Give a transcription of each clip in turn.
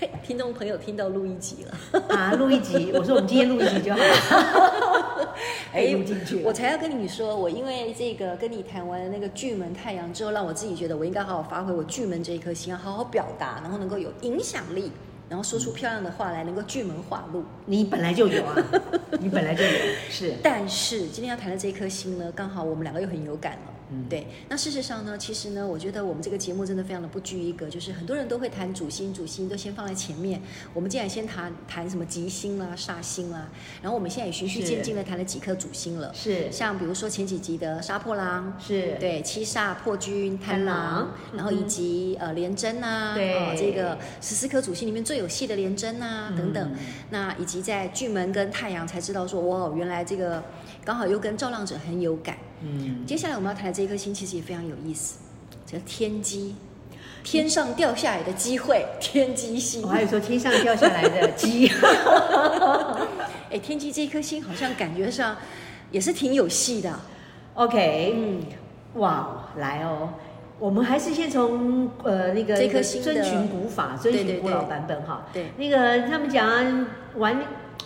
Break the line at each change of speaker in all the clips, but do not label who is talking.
嘿 听众朋友听到录一集了，
啊，录一集，我说我们今天录一集就好了。 哎，录进去了
我才要跟你说，我因为这个跟你谈完那个巨门太阳之后，让我自己觉得我应该好好发挥我巨门这一颗星，好好表达，然后能够有影响力，然后说出漂亮的话来，能够巨门化禄。
你本来就有 啊，你本来就有，是
但是今天要谈的这一颗星呢，刚好我们两个又很有感了。
嗯
对。那事实上呢，其实呢，我觉得我们这个节目真的非常的不拘一格，就是很多人都会谈主星，主星都先放在前面。我们竟然先谈谈什么吉星啦、煞星啦，然后我们现在也循序
是
渐进的谈了几颗主星了，
是
像比如说前几集的杀破狼，
是，
对，七煞、破军、贪
贪
狼
狼，嗯
然后以及、呃廉贞啊，
对
哦这个十四颗主星里面最有戏的廉贞啊、等等
嗯，
那以及在巨门跟太阳才知道说，哇，原来这个刚好又跟造浪者很有感。
嗯，
接下来我们要谈的这一颗星其实也非常有意思，叫天机，天上掉下来的机会，天机星
嗯我。还有说天上掉下来的 鸡，
哎，天机这一颗星好像感觉上也是挺有戏的啊，
OK，
嗯，
哇，来哦。我们还是先从呃那个
这颗星的
遵循古法、遵循古老版本哈。
对
那个他们讲啊玩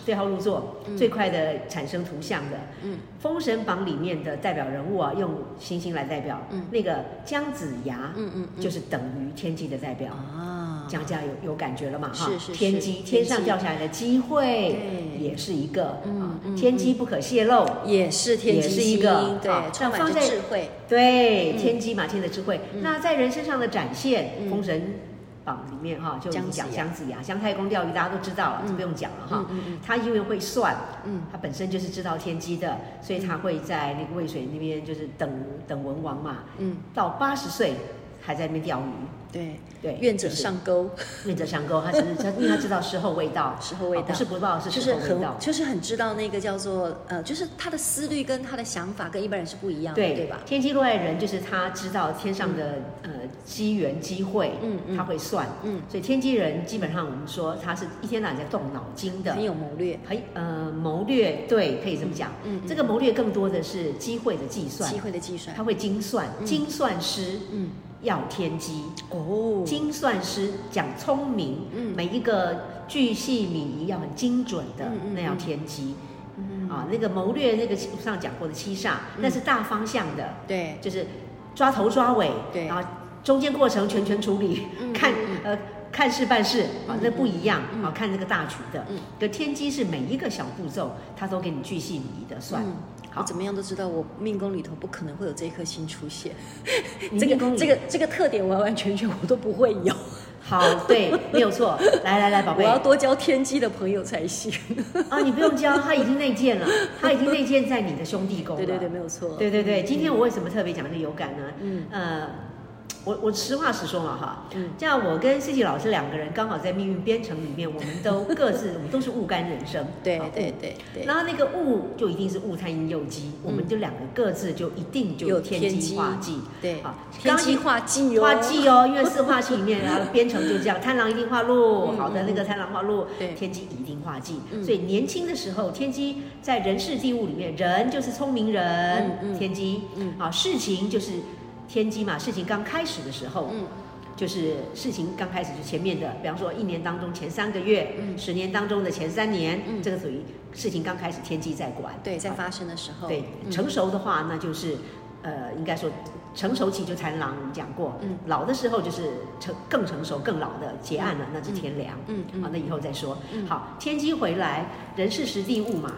对号入座、最快的产生图像的，
嗯，
《封神榜》里面的代表人物啊，用星星来代表。
嗯
那个姜子牙，
嗯嗯嗯
就是等于天机的代表。
啊
讲讲有有感觉了嘛哈？
是是
天
是
机，
天
天上
机
掉下来的机会
对
也是一个
嗯
啊
嗯，
天机不可泄露。
也是天机
也是
星，
一个
对
好，
充
那
满
放
着
在
智慧。
对，
嗯
天机嘛，天的智慧。那在人身上的展现，
嗯
封神榜》里面哈，就已经讲
姜
姜子牙、姜太公钓鱼，大家都知道了，就不用讲了哈。他因为会算，
嗯
他本身就是知道天机的，所以他会在那个渭水那边就是等等文王嘛，
嗯，
到八十岁还在那边钓鱼。
对
对
愿者
就是
上钩，
愿者上钩，他只是他，因为他知道 时候未到，
时候未
哦
到，
不是不报，是
就
时
是
候未到
很。就是很知道那个叫做呃，就是他的思虑跟他的想法跟一般人是不一样的，
对
对吧？
天机落爱人就是他知道天上的、呃机缘机会，
嗯嗯
他会算，
嗯
所以天机人基本上我们说他是一天到晚在动脑筋的，
很有谋略，
很呃谋略，对，可以这么讲，
嗯嗯
这个谋略更多的是机会的计算
机，会的计算
他，会精算，精算师，
嗯，
要天机，
哦
精算师讲聪明，
嗯
每一个巨细靡遗要很精准的，
嗯嗯
那要
嗯
天机。啊，那个谋略那个上讲过的七煞，
嗯
那是大方向的，
对，
就是抓头抓尾，
对
然后中间过程全权处理，
嗯
看
嗯
呃看事办事啊，那不一样
嗯
啊，看这个大局的
嗯。
可天机是每一个小步骤，它都给你巨细靡遗的算
嗯。我
好，
怎么样都知道，我命宫里头不可能会有这一颗星出现，
你
这
命宫
个
里
这个这个特点完完全全我都不会有，
好，对，没有错。来来来，宝
我
贝
要多交天机的朋友才行。
啊，你不用教，他已经内建了，他已经内建在你的兄弟宫了。
对对对，没有错。
对对对，今天我为什么特别讲这个有感呢？
嗯
呃，我我实话实说嘛哈，
嗯
这样我跟 C C 老师两个人刚好在命运编程里面，我们都各自我们都是物干人生，
对
好
对
物
对嗯
然后那个物就一定是物贪淫诱机，我们就两个各自就一定就
有
天
天
机
机
化忌，
对
好，
天机化忌哦，
画技哦，因为四画器里面，然后编程就这样，贪狼一定画路，好的那个贪狼画路
嗯对，
天机一定画技。
嗯
所以年轻的时候，天机在人事地物里面，人就是聪明人，
嗯嗯
天机，
嗯
好事情就是天机嘛，事情刚开始的时候，
嗯
就是事情刚开始就前面的，比方说一年当中前三个月，
嗯
十年当中的前三年，
嗯
这个属于事情刚开始天机在管，啊
对，在
好
发生的时候，
对，
嗯
成熟的话，那就是呃，应该说成熟期就贪狼，我们讲过，
嗯
老的时候就是成更成熟、更老的结案了，那是天良，
嗯嗯
好，那以后再说。
嗯
好，天机回来，人是实地物嘛，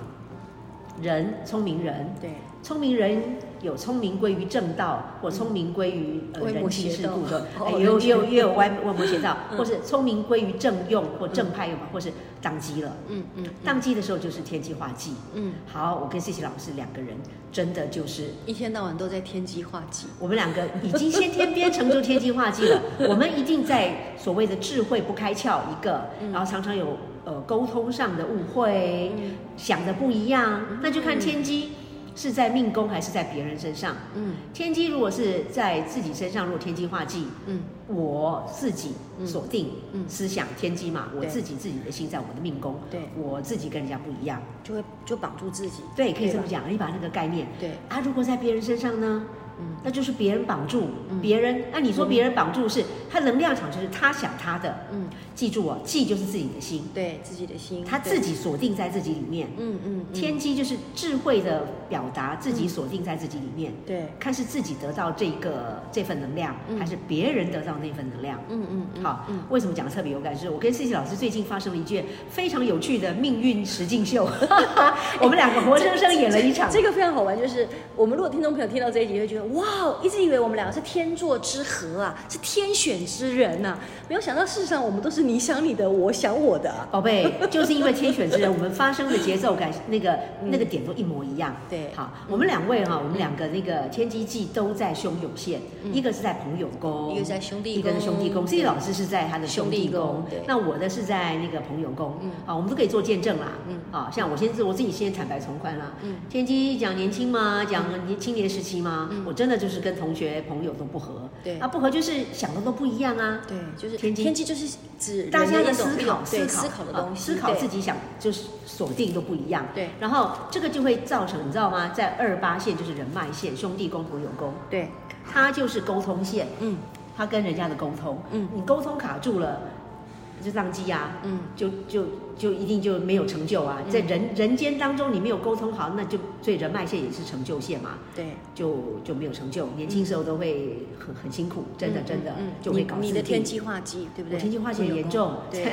人聪明人，
对，
聪明人有聪明归于正道，或聪明归于呃
歪
人
魔
情
邪
世故
道
的，
哦
哎
人
也有
情
也有也有歪歪魔邪道，
嗯
或是聪明归于正用或正派用法，或是当机了。
嗯嗯
当机的时候就是天机化忌。
嗯，
好，我跟谢谢老师两个人真的就是
一天到晚都在天机化忌。
我们两个已经先天编程就天机化忌 了，我们一定在所谓的智慧不开窍一个，然后常常有呃沟通上的误会，
嗯
想的不一样，那就看天机是在命宫还是在别人身上。
嗯
天机如果是在自己身上，如果天机化忌，
嗯
我自己锁定
嗯嗯
思想天机嘛，我
对
自己自己的心在我的命宫，
对
我自己跟人家不一样，
就会就绑住自己。
对，可以这么
吧
讲，你把那个概念
对，
啊，如果在别人身上呢，
嗯
那就是别人绑住
嗯
别人。那你说别人绑住是他能量场，就是他想他的。
嗯，
记住哦，记就是自己的心，
对自己的心，
他
对
自，己锁定在自己里面。
嗯嗯，嗯
天机就是智慧的表达，自己锁定在自己里面，
嗯对，
看是自己得到这个这份能量，
嗯
还是别人得到那份能量。
嗯嗯嗯，
好
嗯，，
为什么讲得特别有感？就是我跟 C C 老师最近发生了一件非常有趣的命运实境秀， 我们两个活生生演了一场。
这个非常好玩，就是我们如果听众朋友听到这一集，会觉得哇，哦一直以为我们两个是天作之合啊，是天选之人呐、没有想到事实上我们都是你想你的，我想我的啊。
宝贝，就是因为天选之人，我们发生的节奏感，那个
嗯
那个点都一模一样。
对
好，我们两位哈，我们两个那个天机记都在兄友线，一个是在朋友宫，
嗯一个在兄弟宫
一个在兄弟宫。
对
C 老师是在他的兄弟
兄弟
宫
宫对，
那我的是在那个朋友宫
嗯。
啊，我们都可以做见证啦。
嗯
啊，像我先自我自己先坦白从宽啦。
嗯
天机讲年轻嘛，讲年青年时期嘛
嗯，
我真的就是跟同学朋友都不合。
对
啊，不合就是想的都不一样啊。
对，就是
天机
天机就是指人
大家的
一种
思
一
考、
种对
思
思
考
考的
啊
东西，
思考
对
自己想就是锁定都不一样。
对
然后这个就会造成，你知道吗？在二八线就是人脉线，兄弟宫、朋友宫，
对，
它就是沟通线，
嗯
它跟人家的沟通。
嗯
你沟通卡住了，就宕机啊，
嗯
就就就一定就没有成就啊。
嗯
在人人间当中，你没有沟通好，那就所以人脉线也是成就线嘛。
对。
就就没有成就，年轻时候都会很很辛苦，真的
嗯
真的
嗯嗯
就会搞
你你
四
的
D
天机化忌，对不对？
我天机化忌很严重
对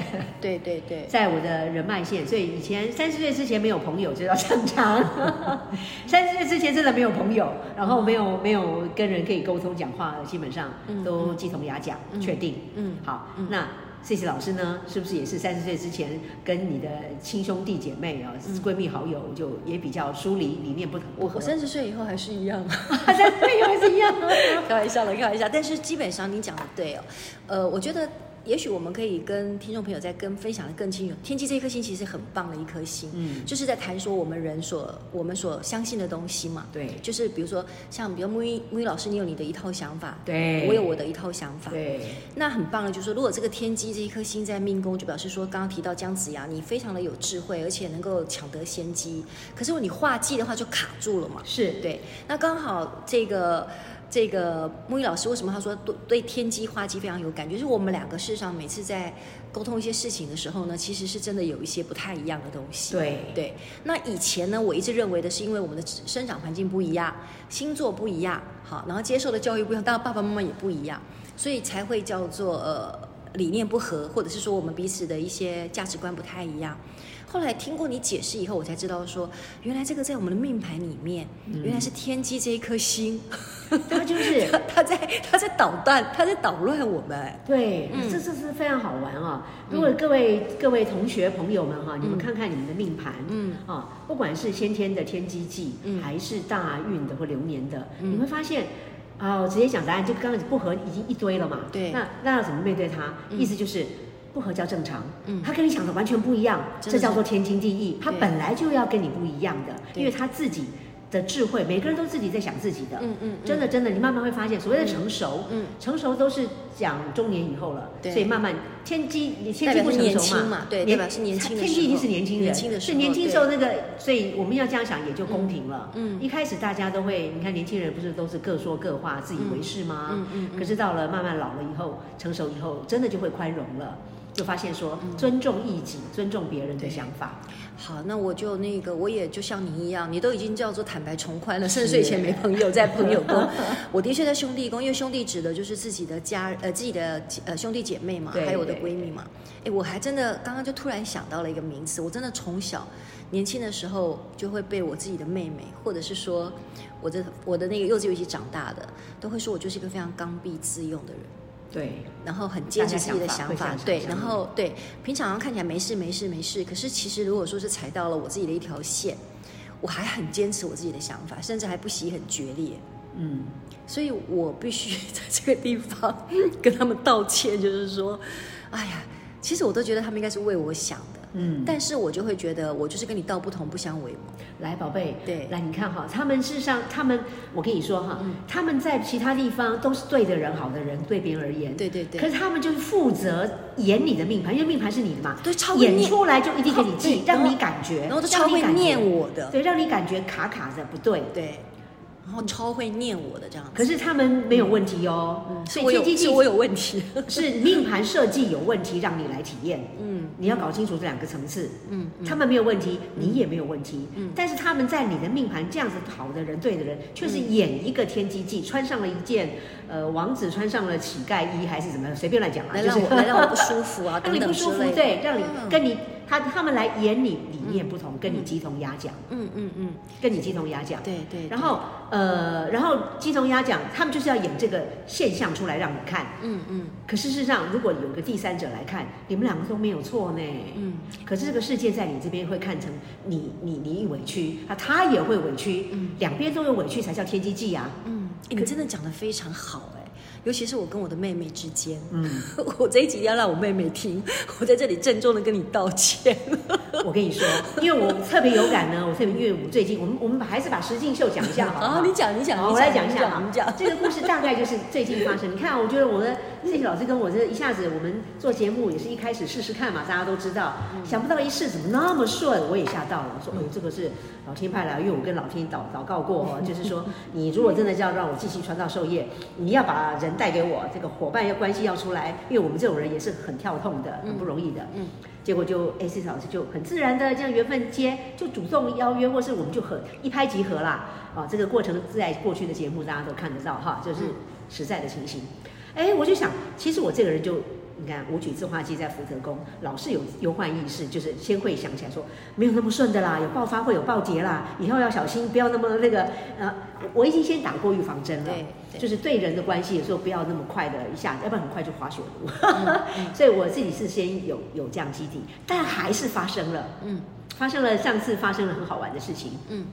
对对 对，
在我的人脉线，所以以前三十岁之前没有朋友，就要常常。 三十岁之前真的没有朋友，然后没有没有跟人可以沟通讲话，基本上
嗯
都鸡同鸭讲，
嗯
确定。
嗯
好，
嗯
那 C C 老师呢，是不是也是三十岁之前跟你的亲兄弟姐妹啊、闺蜜好友就也比较疏离，理念不同？
嗯我我三十岁以后还是一样。
三十岁 还是一样。
开玩笑的，开玩笑。但是基本上你讲的对哦，呃，我觉得也许我们可以跟听众朋友再跟分享的更清楚。天机这一颗星其实是很棒的一颗星，
嗯
就是在谈说我们人所我们所相信的东西嘛。
对
就是比如说像比如木一木一老师，你有你的一套想法，
对
我有我的一套想法。
对，
那很棒的，就是说，如果这个天机这一颗星在命宫，就表示说，刚刚提到姜子牙，你非常的有智慧，而且能够抢得先机。可是如果你化忌的话，就卡住了嘛。
是，
对，那刚好这个这个木易老师为什么他说对对天机化忌非常有感觉？就是我们两个事实上每次在沟通一些事情的时候呢，其实是真的有一些不太一样的东西。
对
对，那以前呢，我一直认为的是因为我们的生长环境不一样，星座不一样，好，然后接受的教育不一样，当然爸爸妈妈也不一样，所以才会叫做呃理念不合，或者是说我们彼此的一些价值观不太一样。后来听过你解释以后，我才知道说，原来这个在我们的命盘里面，原来是天机这一颗星，
他就是。
它在它在捣蛋，它在捣乱我们。
对，
嗯
这这是非常好玩啊、如果各位各位同学朋友们哈、你们看看你们的命盘，
嗯
啊，不管是先天的天机忌，
嗯
还是大运的或流年的，
嗯
你会发现。啊、我直接讲答案，就刚刚不合已经一堆了嘛。
对
那那要怎么面对它？意思就是不合叫正常，
嗯
他跟你想的完全不一样，
真
这
的是
叫做天经地义。他
对
本来就要跟你不一样的，
对
因为他自己的智慧，每个人都自己在想自己的。
嗯嗯嗯
真的真的，你慢慢会发现，所谓的成熟，
嗯嗯
成熟都是讲中年以后了，
对
所以慢慢天机，
代
你天机
表
不
是
成
年
熟
轻
嘛
嘛，对
年
代表是年轻的
天
时
机一定
候
是年轻人，
年轻的时
是
候
年轻
对
时候那个，所以我们要这样想也就公平了。
嗯嗯
一开始大家都会，你看年轻人不是都是各说各话，自以为是吗？
嗯嗯嗯
可是到了慢慢老了以后，成熟以后，真的就会宽容了。就发现说
嗯
尊重异己，尊重别人的想法。
好，那我就那个，我也就像你一样，你都已经叫做坦白从 宽了，甚至说以前没朋友，在朋友宫， 我的确在兄弟宫，因为兄弟指的就是自己的家呃自己的呃兄弟姐妹嘛，
对
还有我的
对
闺蜜嘛。哎，我还真的刚刚就突然想到了一个名词，我真的从小年轻的时候就会被我自己的妹妹，或者是说我的我的那个幼稚园一起长大的，都会说我就是一个非常刚愎自用的人。
对，
然后很坚持自己的想
大家想法
法
会，像
对，
像
然后对，平常好像看起来没事没事没事，可是其实如果说是踩到了我自己的一条线，我还很坚持我自己的想法，甚至还不惜很决裂，
嗯，
所以我必须在这个地方跟他们道歉，就是说，哎呀，其实我都觉得他们应该是为我想的，
嗯
但是我就会觉得我就是跟你道不同不相为谋，
来，宝贝，
对嗯
来，你看哈，他们事实上，他们，我跟你说哈，他们在其他地方都是对的人，好的人，对别人而言，
对对
可
对，
是他们就是负责演你的命盘，因为命盘是你的嘛，
对超会
演
念
出来就一定给你
超
记
对，
让
然
你
后
感觉，
然后都
让
超
你
会
感觉
念我的，
对，让你感觉卡卡的不对。
对，然后超会念我的这样子，
可是他们没有问题哦，
嗯是
所
我
以
有
T T
是
T
我有问 题，
是命盘设计有问题，让你来体验。
嗯。
你要搞清楚这两个层次，
嗯
他们没有问题，你也没有问题，但是他们在你的命盘这样子好的人对的人，却是演一个天机记，穿上了一件呃王子穿上了乞丐衣还是怎么样，随便乱讲啊，
来
就
让
是
我来让我不舒服 啊，
让
等
你不
等
舒
之
服，
类的。
对，让你
嗯
跟你他他们来演你理念不同，跟你鸡同鸭讲，
嗯嗯嗯，
跟你鸡同鸭讲，
对对。
然后呃，然后鸡同鸭讲，他们就是要演这个现象出来让你看。
对嗯嗯
可是事实上，如果有个第三者来看，你们两个都没有错呢。
嗯，
可是这个世界在你这边会看成你你你委屈啊，他也会委屈，两边都有委屈才叫天机记啊。
嗯，诶你真的讲的非常好哎，尤其是我跟我的妹妹之间，
嗯，
我这一集一定要让我妹妹听， 我在这里郑重的跟你道歉。
我跟你说，因为我特别有感呢，我特别因为我最近我们我们还是把石敬秀讲一下好 不好？
啊好，你讲你讲，
好，
你
我来讲一下
你
啊，
讲。
这个故事大概就是最近发生。你看，我觉得我的谢谢老师跟我这一下子，我们做节目也是一开始试试看嘛，大家都知道，
嗯
想不到一试怎么那么顺，我也吓到了。我说，哎呦，这个是老天派来，因为我跟老天祷祷告过哦，就 是说，你如果真的要让我继续传道授业，你要把人带给我，这个伙伴要关系要出来，因为我们这种人也是很跳痛的，很不容易的。
嗯
结果就哎 A C 老师就很自然的这样缘分接，就主动邀约，或是我们就很一拍即合啦。啊，这个过程在过去的节目大家都看得到哈，就是
嗯
实在的情形。哎，我就想，其实我这个人就。你看武举自化记在福德宫，老是有忧患意识，就是先会想起来说没有那么顺的啦，有爆发会有爆结啦，以后要小心，不要那么那个呃，我我已经先打过预防针了，
对对
就是对人的关系有时候不要那么快的一下子，要不然很快就滑雪路。
嗯
所以我自己是先有有这样基底，但还是发生了，
嗯
发生了上次发生了很好玩的事情。
嗯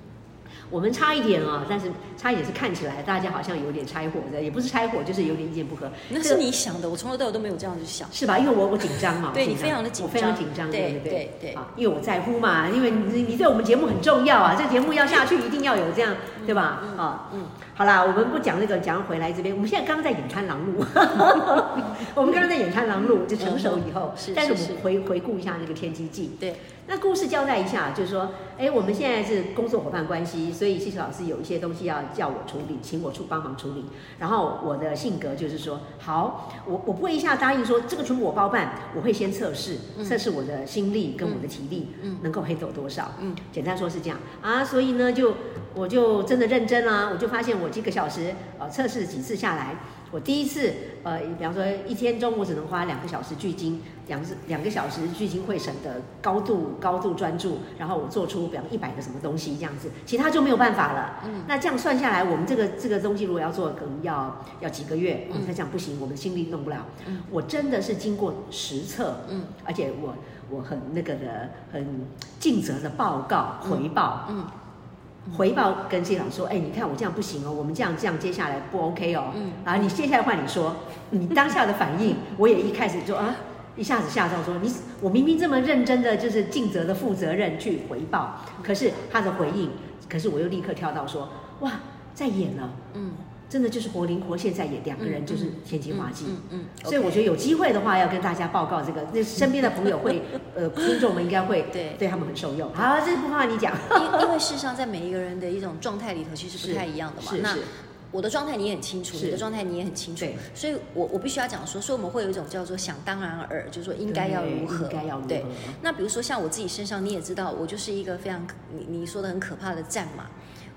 我们差一点啊、但是差一点是看起来大家好像有点拆伙的，也不是拆伙，就是有点意见不合。
那
这
是
个
你想的，我从头到尾都没有这样去想。
是吧？因为我我紧张嘛，
对
我
你非常地紧张
我非常紧张，
对
对对
对对
啊，因为我在乎嘛，因为你你对我们节目很重要啊，这个节目要下去一定要有这样，对吧？啊，
嗯
好啦，我们不讲这个，讲回来这边，我们现在刚刚在演《穿狼 路》，我们刚刚在演《穿狼路》就成熟以后
嗯，是
但是我
是
们
是
回回顾一下那个《天机记》，
对，
那故事交代一下，就是说，哎，我们现在是工作伙伴关系，所以谢谢老师有一些东西要叫我处理，请我出帮忙处理。然后我的性格就是说，好，我我不会一下答应说这个全部我包办，我会先测试，测试我的心力跟我的体力，
嗯
能够 handle 多少。
嗯
简单说是这样啊，所以呢，就我就真的认真啦、我就发现我几个小时呃测试几次下来，我第一次呃，比方说一天中我只能花两个小时聚精，两个两个小时聚精会神的高度高度专注，然后我做出比方一百个什么东西这样子，其他就没有办法了。
嗯
那这样算下来，我们这个这个东西如果要做，可能要要几个月，哦我们才讲不行，我们心力弄不了。
嗯
我真的是经过实测，
嗯
而且我我很那个的很尽责的报告回报，
嗯
回报跟谢长说，哎，你看我这样不行哦，我们这样这样接下来不 OK 哦，
嗯
然后你接下来换你说，你当下的反应，我也一开始就啊。一下子吓到说你，我明明这么认真的，就是尽责的负责任去回报，
嗯
可是他的回应，可是我又立刻跳到说，哇，在演了，
嗯，
真的就是活灵活现在演，两个人就是天机滑稽。
嗯嗯，
所以我觉得有机会的话，要跟大家报告这个，那身边的朋友 会，呃，听众们应该会
对
对他们很受用。好，这不怕你讲，
因因为事实上，在每一个人的一种状态里头，其实不太一样的嘛。
是
那
是，
我的状态你也很清楚，
是
你的状态你也很清楚
对，
所以我我必须要讲说，所以我们会有一种叫做想当然尔，就是说应该要如何，
对应该要如
对
何。
那比如说像我自己身上，你也知道，我就是一个非常你你说的很可怕的战马。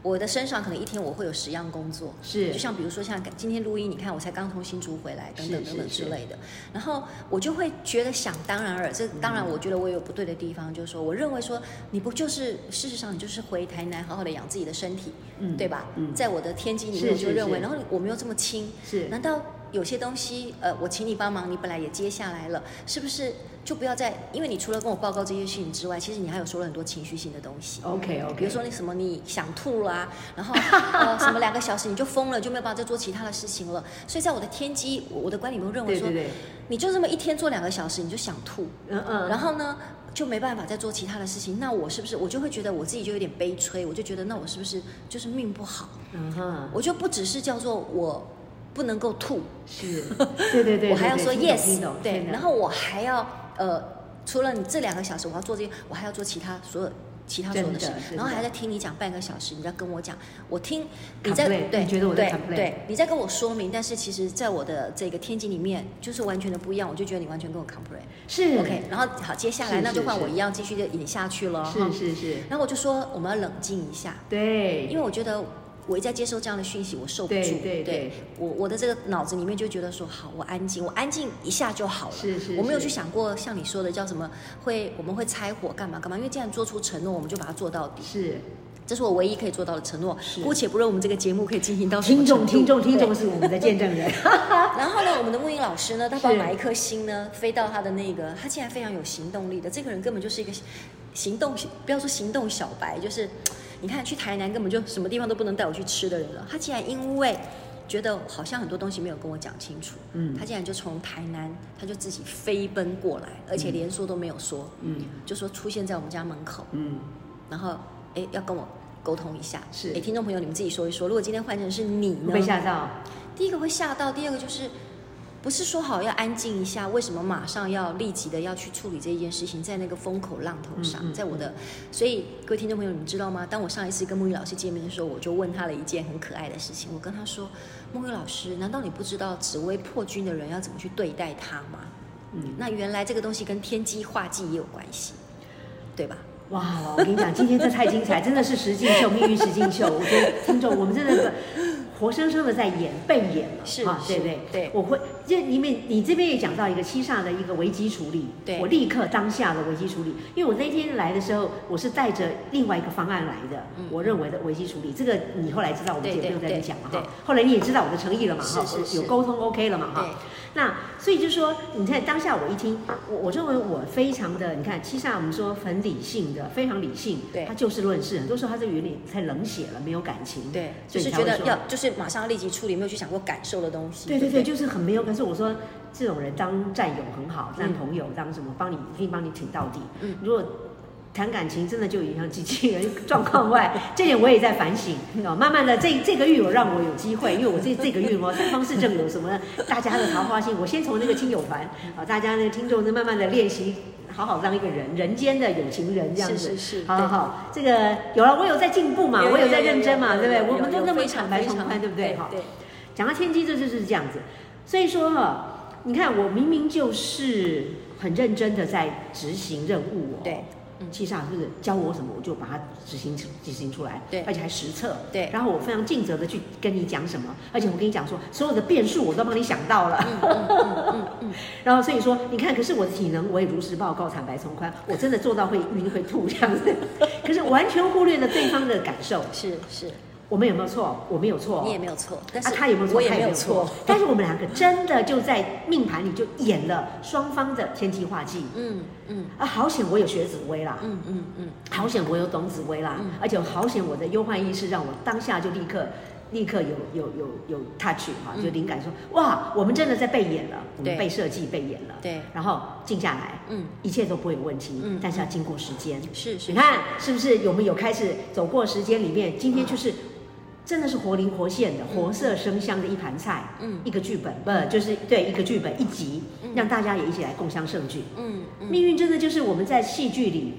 我的身上可能一天我会有十样工作，
是
就像比如说像今天录音，你看我才刚从新竹回来，等等
是
等等
是
之类的。然后我就会觉得想当然尔，这当然我觉得我也有不对的地方，就是说我认为说你不就是事实上你就是回台南好好的养自己的身体，
嗯
对吧？
嗯
在我的天机里
是
面我就是认为，
是
然后我们又这么亲，
是
难道有些东西呃我请你帮忙，你本来也接下来了，是不是就不要再？因为你除了跟我报告这些事情之外，其实你还有说了很多情绪性的东西。
OK OK，
比如说那什么你想吐啦、 然后呃什么两个小时你就疯了，就没有办法再做其他的事情了。所以在我的天机，我我的观里面认为
对
说，呃
对对，
你就这么一天做两个小时你就想吐，
嗯嗯，
然后呢就没办法再做其他的事情，那我是不是我就会觉得我自己就有点悲催，我就觉得那我是不是就是命不好？
嗯哼，
我就不只是叫做我不能够吐，
是，对对对对，
我还要
对
说
听懂听
yes，
懂
对
真，的
然后我还要呃，除了你这两个小时我要做这些，我还要做其他所有其他所有的事
真的真，的
然后还在听你讲半个小时，你在跟我讲，我听你在
Complain，
对
你觉得我在
对
complain
对，你在跟我说明，但是其实在我的这个天际里面就是完全的不一样，我就觉得你完全跟我 complain。
是
OK，然后好，接下
嗯是
来那
是
就换
是
我一样继续的演下去了。哈
是是是，
然后我就说我们要冷静一下，
对，
因为我觉得我一再接受这样的讯息，我受不住。
对对对
我我的这个脑子里面就觉得说，好，我安静，我安静一下就好了。
是是
我没有
是
去想过像你说的叫什么会，我们会拆伙干嘛干嘛，因为既然做出承诺，我们就把它做到底。
是
这是我唯一可以做到的承诺
是。
姑且不论我们这个节目可以进行到什么
听众
程度
听众听。众
对
是我们的见证人，
然后呢，我们的木英老师呢，他帮
是
我买一颗心呢，飞到他的那个，他竟然非常有行动力的。这个人根本就是一个行动，不要说行动小白，就是你看去台南根本就什么地方都不能带我去吃的人了。他竟然因为觉得好像很多东西没有跟我讲清楚，
嗯
他竟然就从台南，他就自己飞奔过来，而且连说都没有说，
嗯
就说出现在我们家门口，
嗯，
然后哎要跟我沟通一下。
是
哎，听众朋友你们自己说一说，如果今天换成是你
会
呢？
被吓到，
第一个会吓到，第二个就是不是说好要安静一下，为什么马上要立即的要去处理这一件事情，在那个风口浪头上，
嗯嗯
在我的，所以各位听众朋友，你们知道吗？当我上一次跟木鱼老师见面的时候，我就问他了一件很可爱的事情，我跟他说：“木鱼老师，难道你不知道紫薇破军的人要怎么去对待他吗？”
嗯，
那原来这个东西跟天机化忌也有关系，对吧？
哇，我跟你讲，今天这太精彩，真的是实境秀，命运实境 秀。我觉得听众，我们真的是 活生生的在演被演了，
是
啊，对
是
不对？
对
我会，就你们你这边也讲到一个七煞的一个危机处理，
对
我立刻当下的危机处理，因为我那天来的时候，我是带着另外一个方案来的，我认为的危机处理，这个你后来知道，我们
嗯对
姐不
对
用再
对
讲了
对
哈。后来你也知道我的诚意了嘛
是
哈
是，
我有
是
沟通 OK 了嘛哈
对。
那所以就说，你看当下我一听，我我认为我非常的，你看七煞我们说很理性的，非常理性，
对
他就事论事，很多时候他这个有点太冷血了，没有感情，
对，就
所以
是觉
你才嗯会
得
说
要，就是马上要立即处理，没有去想过感受的东西。
对对
不
对，就是很没有。可是我说这种人当战友很好，当朋友当什么，帮你一定帮你挺到底。
嗯
如果谈感情真的就影响机器人状况外， 这点我也在反省。哦，慢慢的这这个月有让我有机 会，因为我这这个月哦，三方市政有什么大家的桃花心，我先从那个亲友团啊、大家那个听众呢，慢慢的练习。好好当一个人，人间的有情人这样子，
是是是
好好
对
好，这个有了，我有在进步嘛，
有
我有
有
在
有
认真嘛，
有
对不对？
有
我们
有
都那么
非常
坦白
非
从
常
宽，对不对？好，
对，
讲到天机，这就是这样子。所以说哈，你看我明明就是很认真的在执行任务哦。
对，嗯
气煞是不是教我什么，我就把它执行执行出来，
对
而且还实测，
对
然后我非常尽责的去跟你讲什么，而且我跟你讲说，所有的变数我都帮你想到了，
嗯
然后所以说，你看，可是我的体能我也如实报告，坦白从宽，我真的做到会晕会吐这样子， 可是完全忽略了对方的感受，
是是，
我们有没有错？我没有错哦，
你也没有错，但是、
啊，他有没有错？
我也
他
没
有
有错，
但是我们两个真的就在命盘里就演了双方的天机化忌
嗯嗯
啊！好险我有学紫薇啦，
嗯嗯嗯，
好险我有懂紫薇啦，
嗯
而且好险我的忧患意识让我当下就立刻。立刻有有有有 touch 哈，
嗯
就灵感说、哇，我们真的在被演了，我
对
们被设计被演了，
对
然后静下来，
嗯，
一切都不会有问题，
嗯
但是要经过时间，
是是
你，看是不是我们有开始走过时间里面？今天就是真的是活灵活现的、活色生香的一盘菜，
嗯
一个剧本，不、就是对一个剧本一集，让大家也一起来共襄盛举。
嗯嗯，
命运真的就是我们在戏剧里，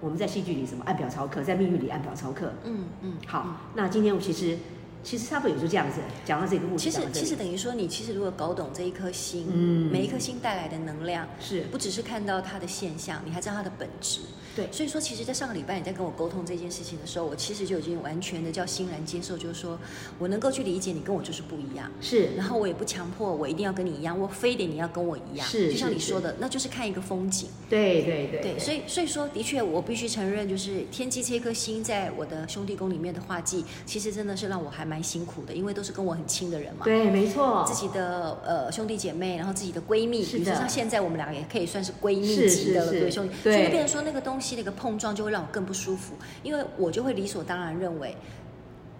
我们在戏剧里什么按表操课，在命运里按表操课。
嗯嗯，
好，那今天我其实其实差不多也就这样子，讲到这个故事。
其实
讲到这里
其实等于说，你其实如果搞懂这一颗星，
嗯
每一颗星带来的能量，
是
不只是看到它的现象，你还知道它的本质。
对
所以说，其实，在上个礼拜你在跟我沟通这件事情的时候，我其实就已经完全的叫欣然接受，就是说我能够去理解你跟我就是不一样，
是
然后我也不强迫我一定要跟你一样，我非得你要跟我一样。
是
就像
是
你
是
说的，那就是看一个风景。
对对对
对，所以所以说，的确，我必须承认，就是天机这颗星在我的兄弟宫里面的画技，其实真的是让我还蛮辛苦的，因为都是跟我很亲的人嘛。
对，没错，
自己的呃兄弟姐妹，然后自己的闺蜜，
哦是
比如说
的
像现在我们两个也可以算是闺蜜
是
级的了，
是是
对兄弟，所
对
以就变成说那个东西的一个碰撞就会让我更不舒服，因为我就会理所当然认为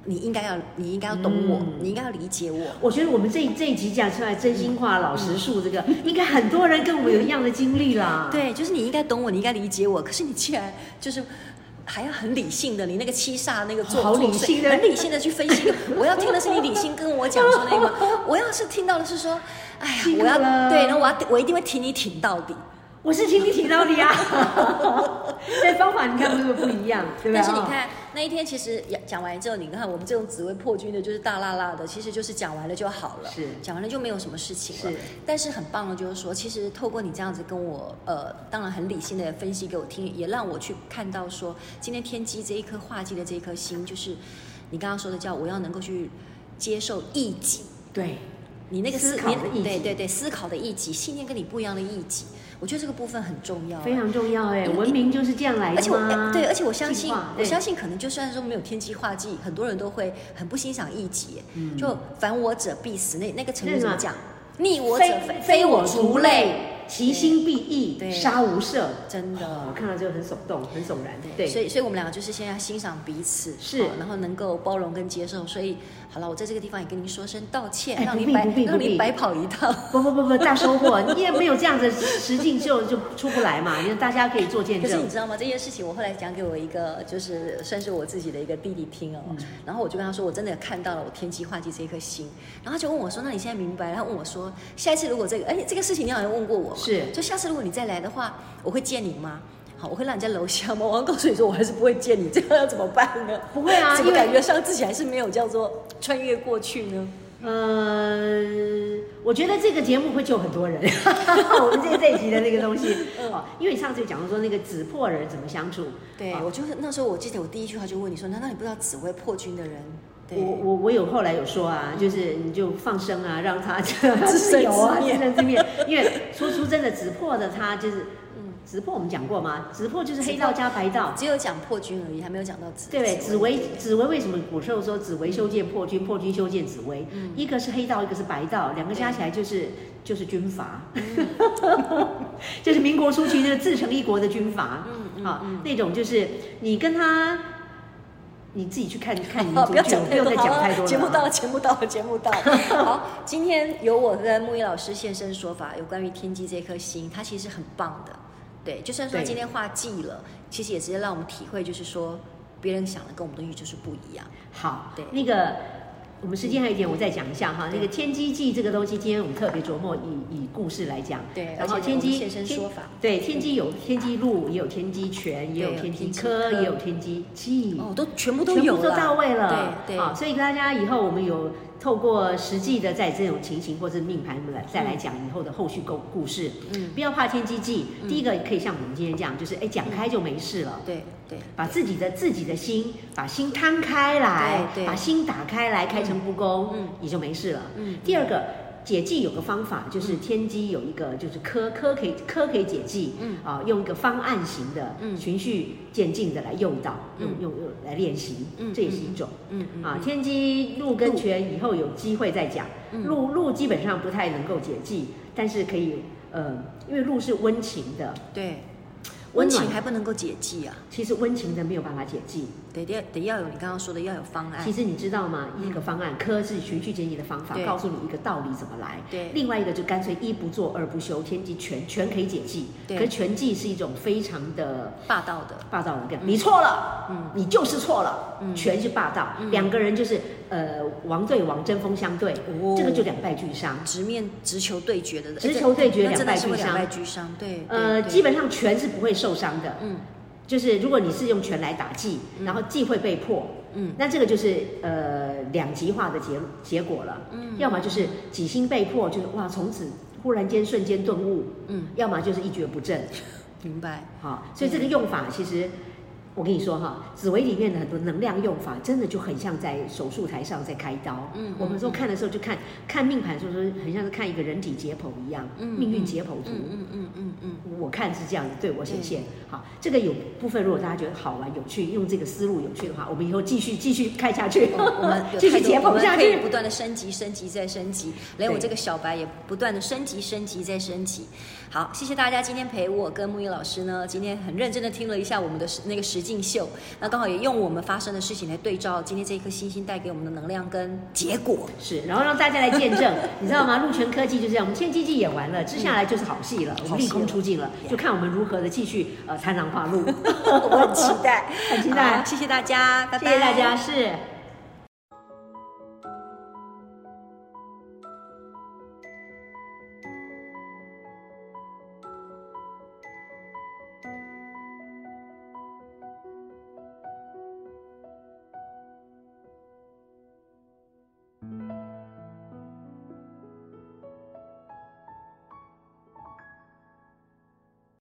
你应该要你应该要懂我，
嗯
你应该要理解我，
我觉得我们这这一集讲出来，真心话、老实述，这个应该很多人跟我们有一样的经历啦。，
嗯对，就是你应该懂我，你应该理解我。可是你既然就是还要很理性的，你那个七煞那个做
好理
作祟
性的
很理性的去分 析。我要听的是你理性跟我讲说那个，我要是听到的是说，哎呀
辛，苦
我要
了
对，然后我要我一定会挺你挺到底。
我是听你提到 你啊，这方法你看会不会不一样？对啊哦不对？
但是你看那一天，其实讲完之后，你看我们这种紫薇破军的，就是大辣辣的，其实就是讲完了就好了，
是
讲完了就没有什么事情了
是。
但是很棒的就是说，其实透过你这样子跟我，呃，当然很理性的分析给我听，也让我去看到说，今天天机这一颗化忌的这一颗星，就是你刚刚说的叫我要能够去接受异己，
对，
你那个
思考的
你
异己
对对对，思考的异己，信念跟你不一样的异己，我觉得这个部分很重要，
非常重要哎，
因为
文明就是这样来
而且
的
我
嘛
哎。对，而且我相信
进化，
我
对
相信可能就算说没有天机化忌，很多人都会很不欣赏异己，
嗯
就反我者必死。那那个成语
那什
怎
么
么讲？逆我者
非
非
非
非
我
我
族
族
类
类，，
其心必异，
对
杀无赦。
真
我
的。
看到这个很耸动，很悚然。对，
所以所以我们两个就是现在欣赏彼此，
是
好然后能够包容跟接受。所以好了，我在这个地方也跟您说声道歉，
哎
让
不
您
必
白
不必不
让您
必
白跑一趟。
不不不不，大收获！你也没有这样的实境就就出不来嘛，你看大家可以做见
可是你
证。
知道吗？这件事情我后来讲给我一个，就是算是我自己的一个弟弟听哦。然后我就跟他说，我真的看到了我天机化忌这一颗星。然后他就问我说：“那你现在明白了？”他问我说：“下一次如果这个，而哎且这个事情你好像问过我嘛，
是
就下次如果你再来的话，我会见你吗？”好，我会让你在楼下吗？我要告诉你说，我还是不会见你，这样要怎么办呢？
不会啊
怎么
因为
感觉上自己还是没有叫做穿越过去呢？
呃，我觉得这个节目会救很多人， 我们这这一集的那个东西，
嗯
哦，因为你上次有讲到说那个紫破人怎么相处，
对，
哦
我就是那时候，我记得我第一句话就问你说：“难道你不知道紫薇破军的人？”对
我我我有后来有说啊，就是你就放生啊，让 他自
生
由啊，
自
自
灭
生自 灭。因为说出真的，直破的他就是，嗯，直破我们讲过嘛，直破就是黑道加白道，
只有讲破军而已，还没有讲到紫。
对不对？紫
紫
薇，紫薇为什么古时候说紫薇修建破军，破军修建紫薇？
嗯
一个是黑道，一个是白道，两个加起来就是就是军阀，
嗯
就是民国初期那个自成一国的军阀，
嗯
啊，那种就是你跟他。你自己去看看民族
好， 哦不要
剧
讲
嗯不
太
用
多，
再讲
好
太多了啊。
节目到了，节 目到了，节目到了。好，今天由我跟木易老师现身说法，有关于天机这颗星，它其实很棒的。对，就算说它
对
今天化忌了，其实也直接让我们体会，就是说别人想的跟我们东西就是不一样。
好，
对
那个我们时间还有一点，我再讲一下哈。那个天机记这个东西，今天我们特别琢磨以以故事来讲。
对
然后
而且
天
我
机
们现身
天
说法
对，天机有天机录，也有天机权，也有
对有
天机
天机
科，
科
也有天机记。
哦，都全部都
嗯全
有
部都
了
到位了，
对对
好，所以大家以后我们有透过实际的在这种情形或者命盘来再来讲以后的后续故故事，
嗯
不要怕天机记，第一个可以像我们今天这样，就是哎讲开就没事了，
对对
把自己的自己的心，把心摊开来，
对对
把心打开来，开诚布公，嗯，你就没事了。
嗯
第二个解剂有个方法，就是天机有一个就是科科可以科可以解剂，
嗯
啊，用一个方案型的，
嗯
循序渐进的来诱导，用
嗯
用用来练习，
嗯
这也是一种。
嗯嗯
啊，天机路跟权以后有机会再讲。
嗯
路路基本上不太能够解剂，但是可以，呃，因为路是温情的，
对，
温
温
暖
情还不能够解忌啊，
其实温情的没有办法解剂。
得得得要有你刚刚说的要有方案
其。实你知道吗？一个方案，科是循序渐进的方法，
嗯对
告诉你一个道理怎么来。
对
另外一个就干脆一不做二不休，天机全全可以解计。
对
可是全计是一种非常的
霸道的，
霸道的感觉，你错了，
嗯
你就是错了，
嗯
全是霸道。
嗯
两个人就是呃王对王，针锋相对，
哦
这个就两败俱伤。
直面直球对决的，哎
直球对决
那真的
两败
是会
俱
两
伤
败俱伤。对，
呃，
对
基本上拳是不会受伤的，
嗯
就是如果你是用拳来打技，然后技会被破，
嗯
那这个就是呃两极化的结结果了。
嗯
要么就是几心被迫，就是哇，从此忽然间瞬间顿悟；
嗯，
要么就是一蹶不振。
明白。
哈，所以这个用法其实，我跟你说哈，紫薇里面的很多能量用法，真的就很像在手术台上在开刀。
嗯
我们说看的时候就看看命盘，的时候说很像是看一个人体解剖一样，
嗯
命运解剖图。
嗯嗯嗯 嗯
我看是这样子，对我显现。好，这个有部分如果大家觉得好玩有趣，用这个思路有趣的话，我们以后继续继续看下去，
嗯，我们有
继续
太多
解
我
剖
们
下
可以
去。
不断的升级、升级再升级，连我
对
这个小白也不断的升级、升级再升级。好，谢谢大家今天陪我跟木易老师呢，今天很认真的听了一下我们的实那个实境秀，那刚好也用我们发生的事情来对照今天这一颗星星带给我们的能量跟结果。
是，然后让大家来见 证，你知道吗？陆泉科技就这样，我们现在机器演完了，接下来就是好戏了，我
嗯好
们
戏
立空出尽了，
了
就看我们如何的继续呃参狼化路。
我很期待，
很期待
好谢谢大家，拜
谢
拜，
谢大家，是。